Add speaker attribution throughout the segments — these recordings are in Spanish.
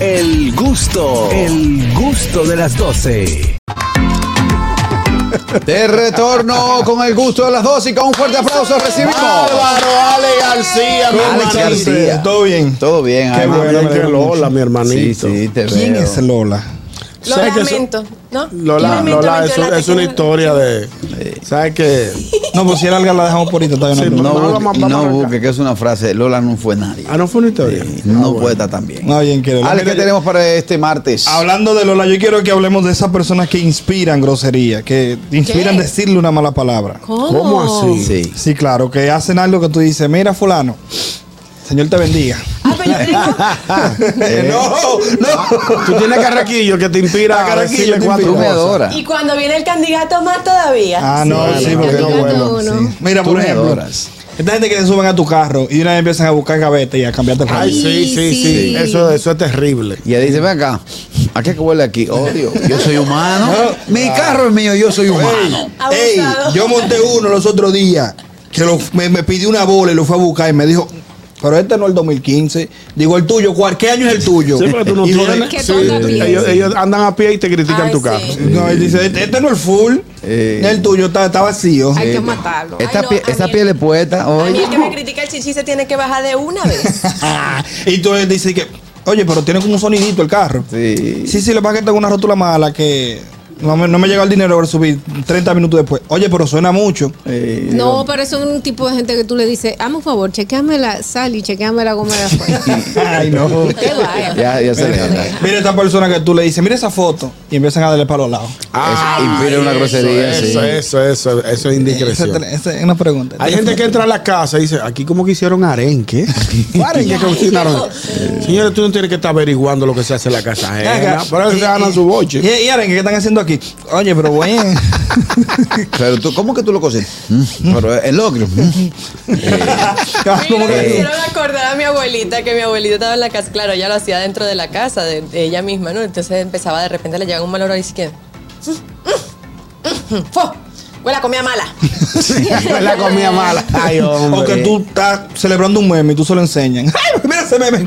Speaker 1: El gusto, el gusto de las 12.
Speaker 2: De retorno con el gusto de las dos y con un fuerte aplauso recibimos.
Speaker 3: Álvaro, Ale García, mi
Speaker 2: Alex
Speaker 3: hermanito.
Speaker 2: García.
Speaker 3: ¿Todo bien?
Speaker 2: Todo bien,
Speaker 3: Qué
Speaker 2: Ana.
Speaker 3: bueno Ah, que Lola, mi
Speaker 2: Sí,
Speaker 3: hermanito.
Speaker 2: sí, te
Speaker 4: ¿Quién
Speaker 2: veo.
Speaker 4: es Lola?
Speaker 5: Lo
Speaker 3: ¿Sabes que eso-
Speaker 5: lamento, ¿no?
Speaker 3: Lola,
Speaker 5: Lamento,
Speaker 3: Lola
Speaker 5: lamento,
Speaker 3: es, un-
Speaker 5: lamento,
Speaker 3: es una
Speaker 5: lamento.
Speaker 3: historia de. ¿Sabes qué?
Speaker 4: No, pues si era larga la dejamos por ahí, todavía
Speaker 3: Sí,
Speaker 4: no.
Speaker 2: No,
Speaker 3: Vamos,
Speaker 2: busque-
Speaker 3: vamos,
Speaker 2: no
Speaker 3: vamos acá.
Speaker 2: busque, que es una frase. Lola no fue nadie.
Speaker 3: Ah, no fue una historia.
Speaker 2: Eh, no puede estar tan
Speaker 3: pues
Speaker 2: bien.
Speaker 4: No, bien, quiero
Speaker 2: Alex, ¿qué
Speaker 4: Mira, yo-
Speaker 2: tenemos para este martes?
Speaker 4: Hablando de Lola, yo quiero que hablemos de esas personas que inspiran grosería, que te inspiran
Speaker 5: ¿Qué?
Speaker 4: decirle una mala palabra.
Speaker 5: ¿Cómo?
Speaker 3: ¿Cómo así?
Speaker 2: Sí.
Speaker 4: Sí, claro, que hacen algo que tú dices, mira fulano, Señor te bendiga.
Speaker 5: Ah, pero yo tengo-
Speaker 4: no, no.
Speaker 3: Tú tienes carraquillo que te inspira
Speaker 4: Ah,
Speaker 3: a
Speaker 4: Carraquillo
Speaker 3: decirle
Speaker 4: te inspira.
Speaker 3: cuatro
Speaker 2: Tú me
Speaker 3: cosas.
Speaker 2: adoras.
Speaker 5: Y cuando viene el candidato más todavía.
Speaker 4: Ah, no, sí,
Speaker 3: sí,
Speaker 4: porque
Speaker 3: no,
Speaker 4: no
Speaker 3: bueno,
Speaker 5: uno.
Speaker 4: Sí. Mira,
Speaker 2: Tú
Speaker 4: por
Speaker 2: me
Speaker 4: ejemplo,
Speaker 2: adoras.
Speaker 4: esta gente que se suben a tu carro y de una vez empiezan a buscar gavetas y a cambiarte el
Speaker 3: Ay,
Speaker 4: radio.
Speaker 3: sí, sí, sí.
Speaker 5: Sí.
Speaker 3: Eso, eso es terrible.
Speaker 2: Y ella dice, ven acá, ¿a qué que huele aquí? Odio, yo soy humano. Mi carro es mío, yo soy humano.
Speaker 4: Ey,
Speaker 5: Abusado.
Speaker 4: yo monté uno los otros días que lo- me, me pidió una bola y lo fue a buscar y me dijo, pero este no es el 2015. Digo, el tuyo, ¿cuál, ¿qué año es el tuyo?
Speaker 3: Sí, porque tú no
Speaker 4: Y digo,
Speaker 3: tienes.
Speaker 5: Qué
Speaker 3: sí,
Speaker 5: tonta piensas.
Speaker 3: ellos, ellos andan a pie y te critican
Speaker 5: Ay,
Speaker 3: tu
Speaker 5: sí.
Speaker 3: carro.
Speaker 4: No, él dice, este, este no es el full,
Speaker 2: Eh.
Speaker 4: el tuyo está, está vacío.
Speaker 5: Hay que matarlo.
Speaker 2: Esta,
Speaker 5: Ay, no,
Speaker 2: pie-
Speaker 5: a
Speaker 2: esta
Speaker 5: mí-
Speaker 2: piel es puesta,
Speaker 5: A mí
Speaker 2: oye.
Speaker 5: el que me critica el chichi se tiene que bajar de una vez.
Speaker 4: y tú le dices que, oye, pero tiene como un sonidito el carro.
Speaker 2: Sí.
Speaker 4: Sí, sí, lo que pasa es que tengo una rótula mala que no me, no me llegó el dinero para subir 30 minutos después. Oye, pero suena mucho.
Speaker 2: Eh,
Speaker 6: No, pero eso es un tipo de gente que tú le dices, hazme un favor, chequeame la sal y chequeame la goma de afuera.
Speaker 4: Ay, no.
Speaker 6: Qué vaya.
Speaker 2: ya, ya se le
Speaker 4: Mira esta persona que tú le dices, mira esa foto y empiezan a darle para los lados.
Speaker 2: Eso impide una grosería,
Speaker 3: Eso,
Speaker 2: sí.
Speaker 3: eso, eso, eso es
Speaker 4: Esa-
Speaker 3: indiscreción.
Speaker 4: esa es una pregunta.
Speaker 3: Hay gente que entra a la casa y dice, aquí como que hicieron arenque. ¿Fue arenque que cocinaron. Señores, tú no tienes que estar averiguando lo que se hace en la casa ajena. Por eso se ganan su boche.
Speaker 4: Y, y ahora, ¿qué están haciendo aquí? Oye, pero bueno.
Speaker 2: Pero tú, ¿cómo que tú lo cocinas? Mm, Pero el locro. mm.
Speaker 4: ¿Cómo
Speaker 5: Mira, me
Speaker 4: Ah, que-
Speaker 5: hicieron acordar a mi abuelita que mi abuelita estaba en la casa, claro, ella lo hacía dentro de la casa, de, de ella misma, ¿no? Entonces empezaba de repente le llegaba un mal olor y que "Mm, ¡Fo! Huele a comida mala.
Speaker 3: la comida mala. Ay, hombre.
Speaker 4: o que tú estás celebrando un meme y tú se lo enseñan. ¡Ay, mira ese meme!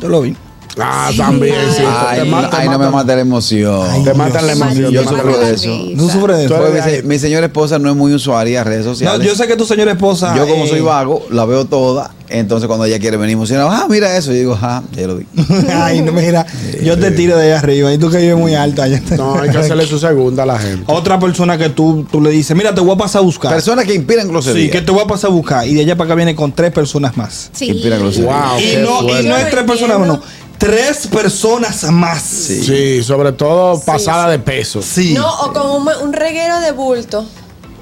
Speaker 4: Yo lo vi.
Speaker 3: Ah, también, sí.
Speaker 2: Ay,
Speaker 3: te mata,
Speaker 2: ay,
Speaker 3: te
Speaker 2: no me
Speaker 3: mata.
Speaker 2: mata la emoción.
Speaker 3: Te matan la emoción.
Speaker 2: Yo
Speaker 3: te matan.
Speaker 2: sufro de eso.
Speaker 4: ¿Tú sufres de eso?
Speaker 3: Tú-
Speaker 2: Porque mi se- mi señora esposa no es muy usuaria de redes
Speaker 4: No,
Speaker 2: sociales.
Speaker 4: yo sé que tu señora esposa.
Speaker 2: Yo como
Speaker 4: eh,
Speaker 2: soy vago, la veo toda. Entonces cuando ella quiere venir emocionada, ah, mira eso. Yo digo, ah, ya lo vi.
Speaker 4: Ay, no, mira, yo te tiro de ahí arriba y tú que vives muy alto allá.
Speaker 3: No, hay que hacerle su segunda a la gente.
Speaker 4: Otra persona que tú, tú le dices, mira, te voy a pasar a buscar.
Speaker 2: Personas que inspiran grosería.
Speaker 4: sí, que te voy a pasar a buscar. Y de allá para acá viene con tres personas más.
Speaker 6: Sí.
Speaker 2: Inspiran grosería.
Speaker 3: Wow.
Speaker 4: y,
Speaker 3: qué
Speaker 4: no, y
Speaker 3: fuerte.
Speaker 4: no es tres personas, no. Tres personas más.
Speaker 3: Sí,
Speaker 4: Sí.
Speaker 3: sobre todo pasada de peso.
Speaker 5: No, o con un, un reguero de bulto.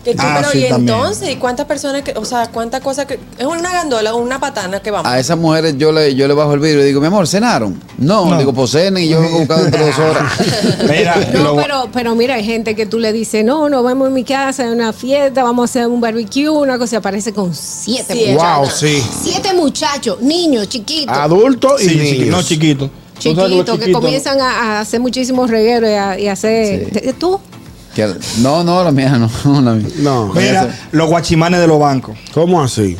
Speaker 5: Que tú,
Speaker 4: Ah,
Speaker 5: pero
Speaker 4: sí,
Speaker 5: y
Speaker 4: también.
Speaker 5: entonces, ¿y cuántas personas que, o sea, cuántas cosas que. Es una gandola o una patana que vamos.
Speaker 2: A esas mujeres yo le, yo le bajo el vidrio y digo, mi amor, ¿cenaron? No,
Speaker 4: No.
Speaker 2: digo, pues cenen y yo vengo buscando entre dos horas.
Speaker 4: Mira,
Speaker 6: No,
Speaker 4: lo-
Speaker 6: pero, pero mira, hay gente que tú le dices, no, nos vemos en mi casa, en una fiesta, vamos a hacer un barbecue, una cosa, y aparece con siete
Speaker 5: Sí,
Speaker 6: muchachos.
Speaker 3: Wow,
Speaker 5: Chana.
Speaker 3: sí.
Speaker 6: Siete muchachos, niños, chiquitos.
Speaker 3: Ah, Adulto y
Speaker 4: sí, chiqui-
Speaker 3: niños.
Speaker 4: no chiquito. Tú sabes los
Speaker 6: Chiquitos que comienzan a, a hacer muchísimos regueros y a, y a hacer.
Speaker 2: Sí.
Speaker 6: ¿Te- ¿Tú?
Speaker 2: Que- no, no, la mía no. La mía.
Speaker 3: No.
Speaker 4: Mira, los guachimanes de los bancos.
Speaker 3: ¿Cómo así?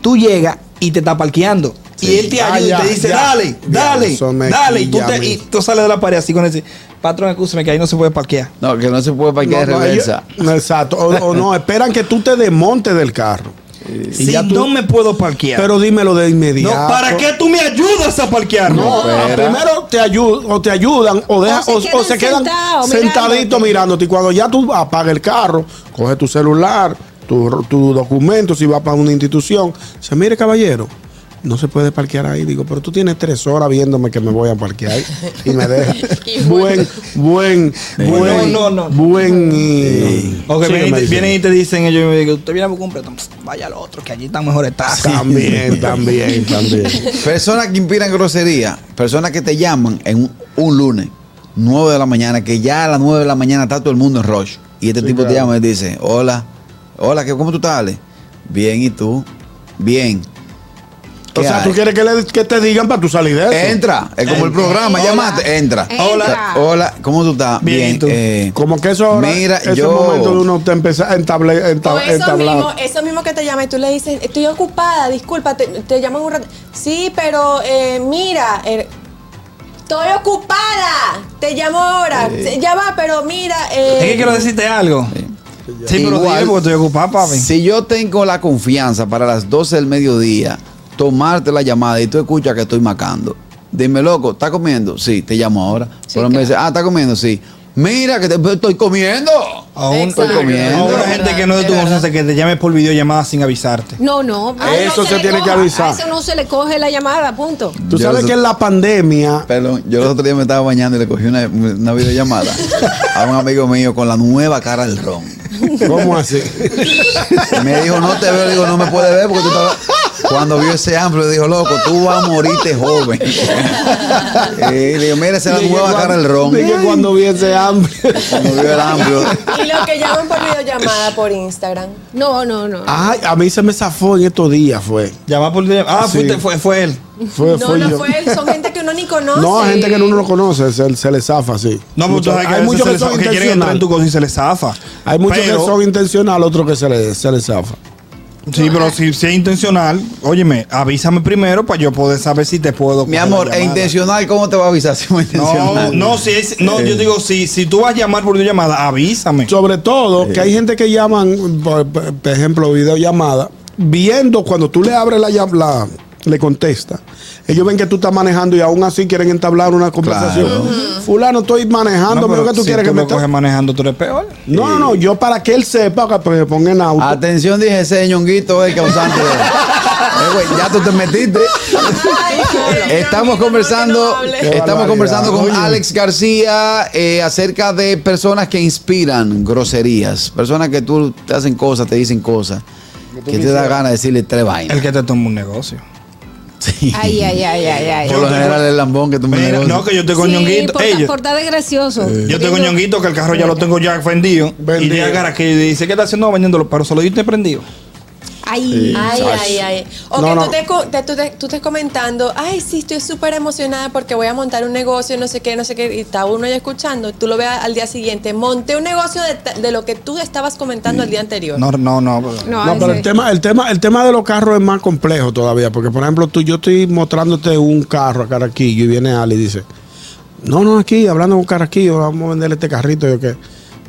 Speaker 4: Tú llegas y te está parqueando. Y él te
Speaker 3: Ya,
Speaker 4: ayuda y
Speaker 3: ya,
Speaker 4: te dice,
Speaker 3: ya.
Speaker 4: dale,
Speaker 3: Ya,
Speaker 4: dale,
Speaker 3: eso me
Speaker 4: dale. Y tú,
Speaker 3: quilla a
Speaker 4: te-
Speaker 3: mí.
Speaker 4: y tú sales de la pared así con ese patrón, escúchame que ahí no se puede parquear.
Speaker 2: No, que no se puede parquear
Speaker 3: No,
Speaker 2: de
Speaker 3: no,
Speaker 2: reversa.
Speaker 3: ellos- exacto. O, o no, esperan que tú te desmontes del carro.
Speaker 4: Si
Speaker 3: ya tú-
Speaker 4: no me puedo parquear.
Speaker 3: Pero dímelo de
Speaker 4: no,
Speaker 3: inmediato.
Speaker 4: ¿Para qué tú me ayudas a parquear?
Speaker 3: No,
Speaker 2: No, espera.
Speaker 3: primero te ayudan o te ayudan o, deja-
Speaker 6: se
Speaker 3: o- o se,
Speaker 6: quedan
Speaker 3: quedan
Speaker 6: sentados,
Speaker 3: sentaditos
Speaker 6: mirándote.
Speaker 3: mirándote. Y cuando ya tú apagas el carro, coge tu celular, tu, tu documento, si vas para una institución, dice, mire caballero, no se puede parquear ahí. Digo, pero tú tienes tres horas viéndome que me voy a parquear ahí y me deja.
Speaker 5: Qué
Speaker 3: buen, buen, buen,
Speaker 4: No, no, no.
Speaker 3: buen.
Speaker 4: O que
Speaker 3: Sí,
Speaker 4: vienen, y
Speaker 3: me
Speaker 4: te-
Speaker 3: dice.
Speaker 4: vienen y te dicen ellos, y me dicen, usted viene a buscar un préstamo, Pss, vaya al otro, que allí están mejores tasas.
Speaker 3: También, también, también.
Speaker 2: Personas que inspiran grosería. Personas que te llaman en un, un lunes, 9 de la mañana, que ya a las 9 de la mañana está todo el mundo en rush. Y este tipo te
Speaker 3: claro.
Speaker 2: llama y dice, hola, hola, ¿qué- ¿cómo tú estás, Ale? Bien, ¿y tú? Bien.
Speaker 3: O sea,
Speaker 2: hay?
Speaker 3: tú quieres que, le- que te digan para tu salir de eso.
Speaker 2: Entra, es como el programa,
Speaker 6: Hola.
Speaker 2: llamate, entra.
Speaker 6: Hola.
Speaker 2: Hola, ¿cómo tú estás?
Speaker 4: Bien, ¿y tú?
Speaker 2: eh,
Speaker 3: Como que eso ahora
Speaker 2: Mira,
Speaker 3: es
Speaker 2: yo-
Speaker 3: el momento de uno te empezar a entable,
Speaker 5: O
Speaker 3: entab-
Speaker 5: eso
Speaker 3: entablar.
Speaker 5: mismo, eh, eso mismo que te llama y tú le dices, estoy ocupada, disculpa, te, te llaman un rato. Sí, pero eh, mira, eh, Estoy ocupada. Te llamo ahora. Se- Ya va, pero mira. eh,
Speaker 4: Es que quiero decirte algo. Sí, pero
Speaker 2: Igual,
Speaker 4: dime porque estoy ocupado, papi.
Speaker 2: Si yo tengo la confianza para las 12 del mediodía, tomarte la llamada y tú escuchas que estoy macando. Dime, loco, ¿estás comiendo? Sí, te llamo ahora. Pero me
Speaker 5: claro.
Speaker 2: dice, ah, ¿estás comiendo? Sí. Mira, que te pero estoy comiendo.
Speaker 4: A, un-
Speaker 5: Exacto.
Speaker 4: a una gente que no es de tu
Speaker 5: Es verdad.
Speaker 4: confianza que te llame por videollamada sin avisarte.
Speaker 6: No, no.
Speaker 3: A eso se
Speaker 6: le
Speaker 3: tiene que
Speaker 6: coja,
Speaker 3: avisar.
Speaker 6: A eso no se le coge la llamada, punto.
Speaker 3: Tú
Speaker 2: Yo
Speaker 3: sabes
Speaker 2: sé-
Speaker 3: que en la pandemia.
Speaker 2: Perdón, yo el otro día me estaba bañando y le cogí una, una videollamada a un amigo mío con la nueva cara del ron.
Speaker 3: ¿Cómo así?
Speaker 2: Y me dijo, no te veo. Le digo, no me puede ver porque tú estabas... Cuando vio ese amplio, dijo, loco, tú vas a morirte joven. y le digo, mira, esa es la
Speaker 3: Dije
Speaker 2: nueva
Speaker 3: cuando-
Speaker 2: cara del ron.
Speaker 3: Dije cuando viese hambre.
Speaker 2: Cuando vio el amplio.
Speaker 5: Y los que llaman por videollamada por Instagram.
Speaker 6: No, no, no.
Speaker 3: Ay, a mí se me zafó en estos días, fue.
Speaker 4: Llamar por videollamada. Ah,
Speaker 3: Sí.
Speaker 4: fuiste- fue, fue él.
Speaker 3: Fue,
Speaker 5: no,
Speaker 3: fue
Speaker 5: no
Speaker 3: yo.
Speaker 5: fue él. Son gente que uno ni conoce.
Speaker 3: No, gente que uno no conoce, se, se le zafa, sí.
Speaker 4: No, porque tú
Speaker 3: Mucho-
Speaker 4: sabes que a
Speaker 3: hay
Speaker 4: veces
Speaker 3: muchos
Speaker 4: se
Speaker 3: que
Speaker 4: les-
Speaker 3: son
Speaker 4: que quieren entrar en
Speaker 3: intencionales.
Speaker 4: tu cosa y se les zafa.
Speaker 3: Hay muchos que
Speaker 4: Pero-
Speaker 3: son intencionales, otros que se les se les zafa.
Speaker 4: Sí, pero si, si es intencional, óyeme, avísame primero para yo poder saber si te puedo.
Speaker 2: Mi
Speaker 4: coger la
Speaker 2: amor, ¿es
Speaker 4: llamada.
Speaker 2: intencional? ¿Cómo te va a avisar si no es
Speaker 4: No,
Speaker 2: intencional?
Speaker 4: no, si es, no yo digo, si, si tú vas a llamar por llamada, avísame.
Speaker 3: Sobre todo que hay gente que llaman, por, por ejemplo, videollamada, viendo cuando tú le abres la llamada, le contesta. Ellos ven que tú estás manejando y aún así quieren entablar una conversación.
Speaker 2: Claro.
Speaker 3: Fulano, estoy manejando, pero
Speaker 4: pero
Speaker 3: que tú
Speaker 4: si
Speaker 3: quieres que
Speaker 4: lo
Speaker 3: me tra-
Speaker 4: coges manejando, tú eres peor.
Speaker 3: No, no, no, yo para que él sepa que me ponga en auto.
Speaker 2: Atención, dije, ese ñonguito es el causante de... Eh, güey, ya tú te metiste.
Speaker 5: Ay, no,
Speaker 2: Estamos
Speaker 5: no, no, que no
Speaker 2: conversando,
Speaker 5: hable.
Speaker 3: Qué
Speaker 2: estamos
Speaker 3: barbaridad.
Speaker 2: conversando con
Speaker 3: Oye.
Speaker 2: Alex García eh, acerca de personas que inspiran groserías, personas que tú te hacen cosas, te dicen cosas, que te da ganas de decirle tres vainas.
Speaker 4: El que te toma un negocio.
Speaker 2: Sí.
Speaker 6: Ay, ay, ay, ay, ay.
Speaker 2: Por lo general el lambón que tú me
Speaker 4: Mira,
Speaker 2: negocio.
Speaker 4: no, que yo estoy con
Speaker 6: Sí,
Speaker 4: ñonguito.
Speaker 6: por,
Speaker 4: Ey, yo-
Speaker 6: portada de gracioso.
Speaker 4: yo estoy con ñonguito que el carro ya lo tengo ya vendido.
Speaker 3: Vendido.
Speaker 4: Y llega que dice, ¿qué está haciendo bañándolo? Pero solo yo estoy prendido.
Speaker 6: Ay,
Speaker 5: Ay, ay, ay. O
Speaker 3: No,
Speaker 5: que
Speaker 3: no.
Speaker 5: Tú, te, co- te- tú, te- tú estés comentando, ay, sí, estoy súper emocionada porque voy a montar un negocio, no sé qué, no sé qué, y está uno ya escuchando, y tú lo veas al día siguiente, monté un negocio de, ta- de lo que tú estabas comentando
Speaker 3: Mm.
Speaker 5: el día anterior.
Speaker 4: No, no, no.
Speaker 6: no,
Speaker 3: No, pero el
Speaker 6: ese-
Speaker 3: tema, el tema, el tema de los carros es más complejo todavía, porque por ejemplo, tú, yo estoy mostrándote un carro a Caraquillo y viene Ali y dice, no, no, aquí, hablando con Caraquillo, vamos a venderle este carrito, yo qué.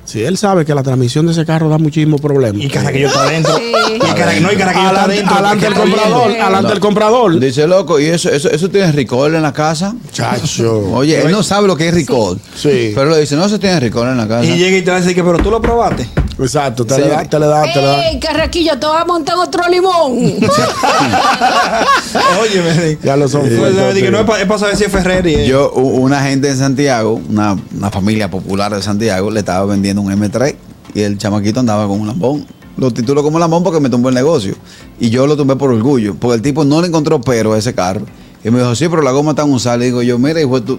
Speaker 3: Si él sabe que la transmisión de ese carro da muchísimos problemas.
Speaker 4: Y Caraquillo está adentro.
Speaker 6: Sí.
Speaker 4: Y Caraquillo, no, y Caraquillo está
Speaker 3: Alante,
Speaker 4: adentro.
Speaker 3: alante el
Speaker 4: Está viendo.
Speaker 3: comprador,
Speaker 6: Sí.
Speaker 3: alante el comprador.
Speaker 2: Dice, loco, ¿y eso, eso, eso tiene ricol en la casa?
Speaker 3: Chacho.
Speaker 2: Oye, él no sabe lo que es ricol.
Speaker 3: Sí.
Speaker 2: Pero le dice, no, eso tiene ricol en la casa.
Speaker 4: Y llega y te va a decir que, pero tú lo probaste.
Speaker 3: Exacto, te le
Speaker 2: Señor.
Speaker 3: da, te le da, te le da.
Speaker 6: ¡Ey, Carraquillo, te vas a montar otro limón!
Speaker 4: Oye, me
Speaker 3: Ya lo son.
Speaker 4: Pues,
Speaker 3: fuertes,
Speaker 4: me dije,
Speaker 3: tío.
Speaker 4: no, es para, saber si es Ferreri. eh.
Speaker 2: Yo, u- una gente en Santiago, una, una familia popular de Santiago, le estaba vendiendo un M3 y el chamaquito andaba con un lambón. Lo titulo como lambón porque me tumbó el negocio. Y yo lo tumbé por orgullo, porque el tipo no le encontró pero a ese carro. Y me dijo, sí, pero la goma está en un sal. Y digo yo, mira, hijo, tú,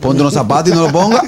Speaker 2: ponte unos zapatos y no lo pongas.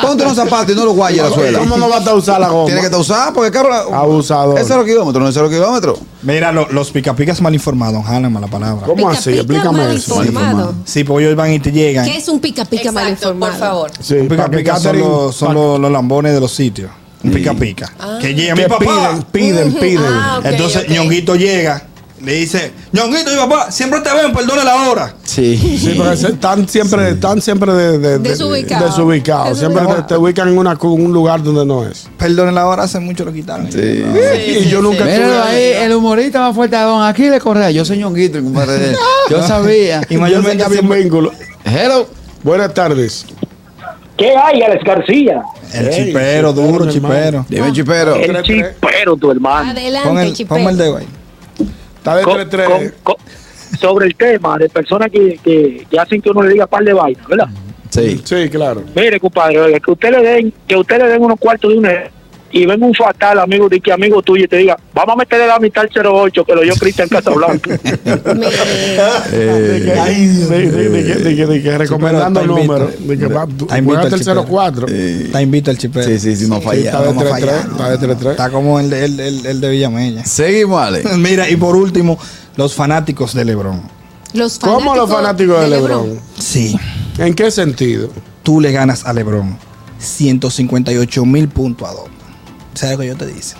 Speaker 2: Ponte unos zapatos y no lo guayes la suela.
Speaker 3: ¿Cómo no vas a usar la goma?
Speaker 2: Tiene que usar porque el carro... la-
Speaker 3: Abusador.
Speaker 2: Es cero kilómetros, no es cero kilómetros.
Speaker 4: Mira, lo- los picapicas mal informados, Hanna, mala palabra.
Speaker 3: ¿Cómo
Speaker 6: Pica,
Speaker 3: así?
Speaker 6: pica
Speaker 3: Explícame
Speaker 6: mal
Speaker 3: eso.
Speaker 2: informa.
Speaker 6: informado.
Speaker 4: Sí, porque ellos van y te llegan.
Speaker 6: ¿Qué es un pica pica mal
Speaker 5: Exacto,
Speaker 6: informado?
Speaker 5: por favor.
Speaker 3: Sí,
Speaker 4: Un pica
Speaker 3: papi
Speaker 4: pica son,
Speaker 3: Catherine,
Speaker 4: los, son
Speaker 3: pa-
Speaker 4: los, los lambones de los sitios. Un pica pica.
Speaker 3: Ah.
Speaker 4: Que llega mi
Speaker 3: que
Speaker 4: papá.
Speaker 3: piden, piden, piden.
Speaker 5: Ah, ok,
Speaker 4: Entonces
Speaker 5: ok.
Speaker 4: Ñonguito llega, le dice, Ñonguito, mi papá, siempre te ven, perdone la hora.
Speaker 2: Sí.
Speaker 3: Sí, porque se- están siempre, están siempre de, de- de-
Speaker 6: Desubicados.
Speaker 3: desubicados. Siempre te, te ubican en una, cu- un lugar donde no es.
Speaker 4: Perdone la hora, hace mucho lo quitaron.
Speaker 3: y yo nunca
Speaker 2: Míralo ahí, el humorista más fuerte de Don Aquí le correa. Yo soy ñonguito, compadre. de él. Yo sabía.
Speaker 4: Y mayormente
Speaker 3: Yo sé que había un
Speaker 4: siempre-
Speaker 3: vínculo.
Speaker 2: Hello.
Speaker 3: Buenas tardes.
Speaker 7: ¿Qué hay, Alex García?
Speaker 4: El
Speaker 3: Ey,
Speaker 4: chipero, duro, chipero.
Speaker 2: Dime, chipero.
Speaker 7: El chipero, tu
Speaker 6: Ah,
Speaker 7: hermano.
Speaker 4: Pon
Speaker 6: Adelante,
Speaker 4: el,
Speaker 6: chipero.
Speaker 4: pon el dedo ahí.
Speaker 3: Está de
Speaker 7: Co-
Speaker 3: 3-3.
Speaker 7: co- co- sobre el tema de personas que, que, que hacen que uno le diga par de vainas, ¿verdad?
Speaker 2: Sí.
Speaker 3: Sí, claro.
Speaker 7: Mire, compadre, oiga, que usted le den, que usted le den unos cuartos de un y venga un fatal amigo de que amigo tuyo y te diga, vamos a meterle la mitad al 08 que lo dio Cristian Casablanca.
Speaker 6: Me-
Speaker 3: De que-
Speaker 2: Eh,
Speaker 3: de- de- de que- de que- de que recomendando
Speaker 4: está invito.
Speaker 3: números. De que va,
Speaker 4: Está invito
Speaker 3: juegate
Speaker 4: el
Speaker 3: el
Speaker 4: chipero.
Speaker 3: 04.
Speaker 4: Está invito el chipero.
Speaker 2: Sí, sí, sí, no
Speaker 3: Sí, está
Speaker 2: falla.
Speaker 3: de
Speaker 4: Vamos a
Speaker 3: 3-3.
Speaker 4: fallar.
Speaker 3: Está de 3-3.
Speaker 4: Está como el de, el, el- el de Villamella.
Speaker 2: Seguimos, Ale.
Speaker 4: Mira, y por último, los fanáticos de Lebron.
Speaker 6: Los fanáticos
Speaker 3: ¿Cómo los fanáticos de Lebron?
Speaker 4: Sí.
Speaker 3: ¿En qué sentido?
Speaker 4: Tú le ganas a Lebron 158 mil puntos a dos. ¿Sabes lo que yo te dice?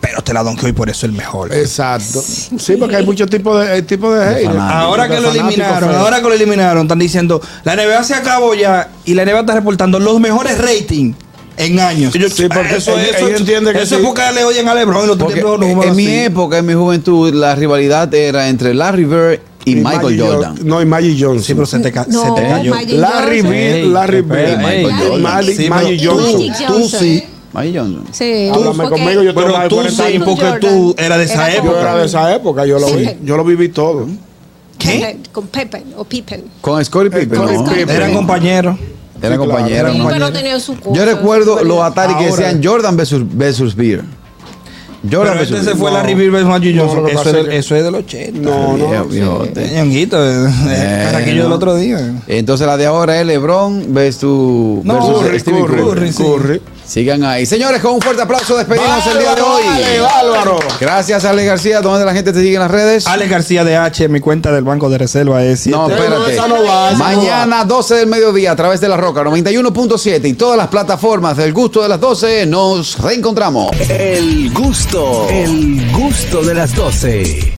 Speaker 4: pero te la donqueo y por eso el mejor.
Speaker 3: Exacto. Sí, porque hay muchos tipos de, eh, tipos de haters.
Speaker 2: fanáticos.
Speaker 4: Ahora que lo
Speaker 3: Fanáticos
Speaker 4: eliminaron,
Speaker 3: feos.
Speaker 4: ahora que lo eliminaron, están diciendo, la NBA se acabó ya y la NBA está reportando los mejores ratings en años.
Speaker 3: Ellos- sí, porque
Speaker 4: eso
Speaker 3: ellos-
Speaker 4: eso-
Speaker 3: ellos entienden que
Speaker 4: eso
Speaker 3: sí.
Speaker 4: es porque le oyen a LeBron y los
Speaker 2: Porque
Speaker 4: tipos no
Speaker 2: en
Speaker 4: juegan
Speaker 2: mi
Speaker 4: así.
Speaker 2: época, en mi juventud, la rivalidad era entre Larry Bird y, Michael
Speaker 3: Magic Jo-
Speaker 2: Jordan.
Speaker 3: No, y Magic Johnson.
Speaker 4: Sí, pero se te, ca-
Speaker 6: No,
Speaker 4: se te cayó.
Speaker 6: Magic
Speaker 3: Larry
Speaker 6: Johnson.
Speaker 3: Bird,
Speaker 8: Ey,
Speaker 3: Larry
Speaker 8: espera,
Speaker 3: Bird,
Speaker 8: ey.
Speaker 2: Michael Jordan.
Speaker 3: Magic-
Speaker 4: Sí,
Speaker 3: Magic
Speaker 4: pero tú-
Speaker 3: Johnson.
Speaker 6: Magic
Speaker 4: Tú
Speaker 6: Johnson.
Speaker 4: sí,
Speaker 2: Michael Johnson.
Speaker 6: Sí.
Speaker 3: Háblame
Speaker 6: ok.
Speaker 3: conmigo, yo tengo
Speaker 4: Pero
Speaker 3: más de
Speaker 4: tú
Speaker 3: 40
Speaker 4: sí,
Speaker 3: años.
Speaker 4: porque
Speaker 6: Jordan.
Speaker 4: tú eras de esa
Speaker 6: Era como-
Speaker 3: Yo era de esa época, yo lo
Speaker 6: Sí.
Speaker 3: vi. Yo lo viví todo.
Speaker 4: ¿Qué?
Speaker 6: Con Pepe o Pippen.
Speaker 2: Con Scottie Pippen.
Speaker 3: Scottie
Speaker 2: no.
Speaker 3: Pippen.
Speaker 4: Eran compañeros.
Speaker 2: Eran
Speaker 3: Sí, claro.
Speaker 2: compañeros.
Speaker 6: Pippen
Speaker 2: ¿no?
Speaker 6: no tenía su cosa,
Speaker 2: Yo recuerdo
Speaker 6: su
Speaker 2: los
Speaker 6: variedad.
Speaker 2: Atari que
Speaker 4: Ahora-
Speaker 2: decían Jordan versus, versus Beer.
Speaker 4: Pero
Speaker 2: Jordan
Speaker 4: este
Speaker 2: versus
Speaker 4: se
Speaker 2: Beer.
Speaker 4: fue
Speaker 3: No.
Speaker 4: Larry Bird versus Magic
Speaker 3: No,
Speaker 4: Johnson.
Speaker 3: lo que
Speaker 4: eso,
Speaker 3: pasa
Speaker 4: es,
Speaker 3: es que-
Speaker 4: eso es del 80.
Speaker 3: No, no.
Speaker 2: Viejo, viejote.
Speaker 4: Eh, Ñonguito, eh, el carraquillo del otro día.
Speaker 2: Entonces la de ahora es LeBron versus,
Speaker 4: No,
Speaker 2: versus
Speaker 3: Curry,
Speaker 2: Stevie
Speaker 3: Curry,
Speaker 4: Curry,
Speaker 3: Curry.
Speaker 4: sí.
Speaker 2: Sigan ahí. Señores, con un fuerte aplauso despedimos el día de hoy.
Speaker 3: Vale, Bárbaro.
Speaker 2: Gracias, Ale García. ¿Dónde la gente te sigue en las redes?
Speaker 4: Alex García de H, mi cuenta del Banco de Reserva es 7.
Speaker 2: No,
Speaker 3: No,
Speaker 2: espérate.
Speaker 3: esa no va, esa no
Speaker 2: Mañana, 12 del mediodía, a través de La Roca 91.7 y todas las plataformas del gusto de las 12, nos reencontramos.
Speaker 1: El gusto, el gusto de las 12.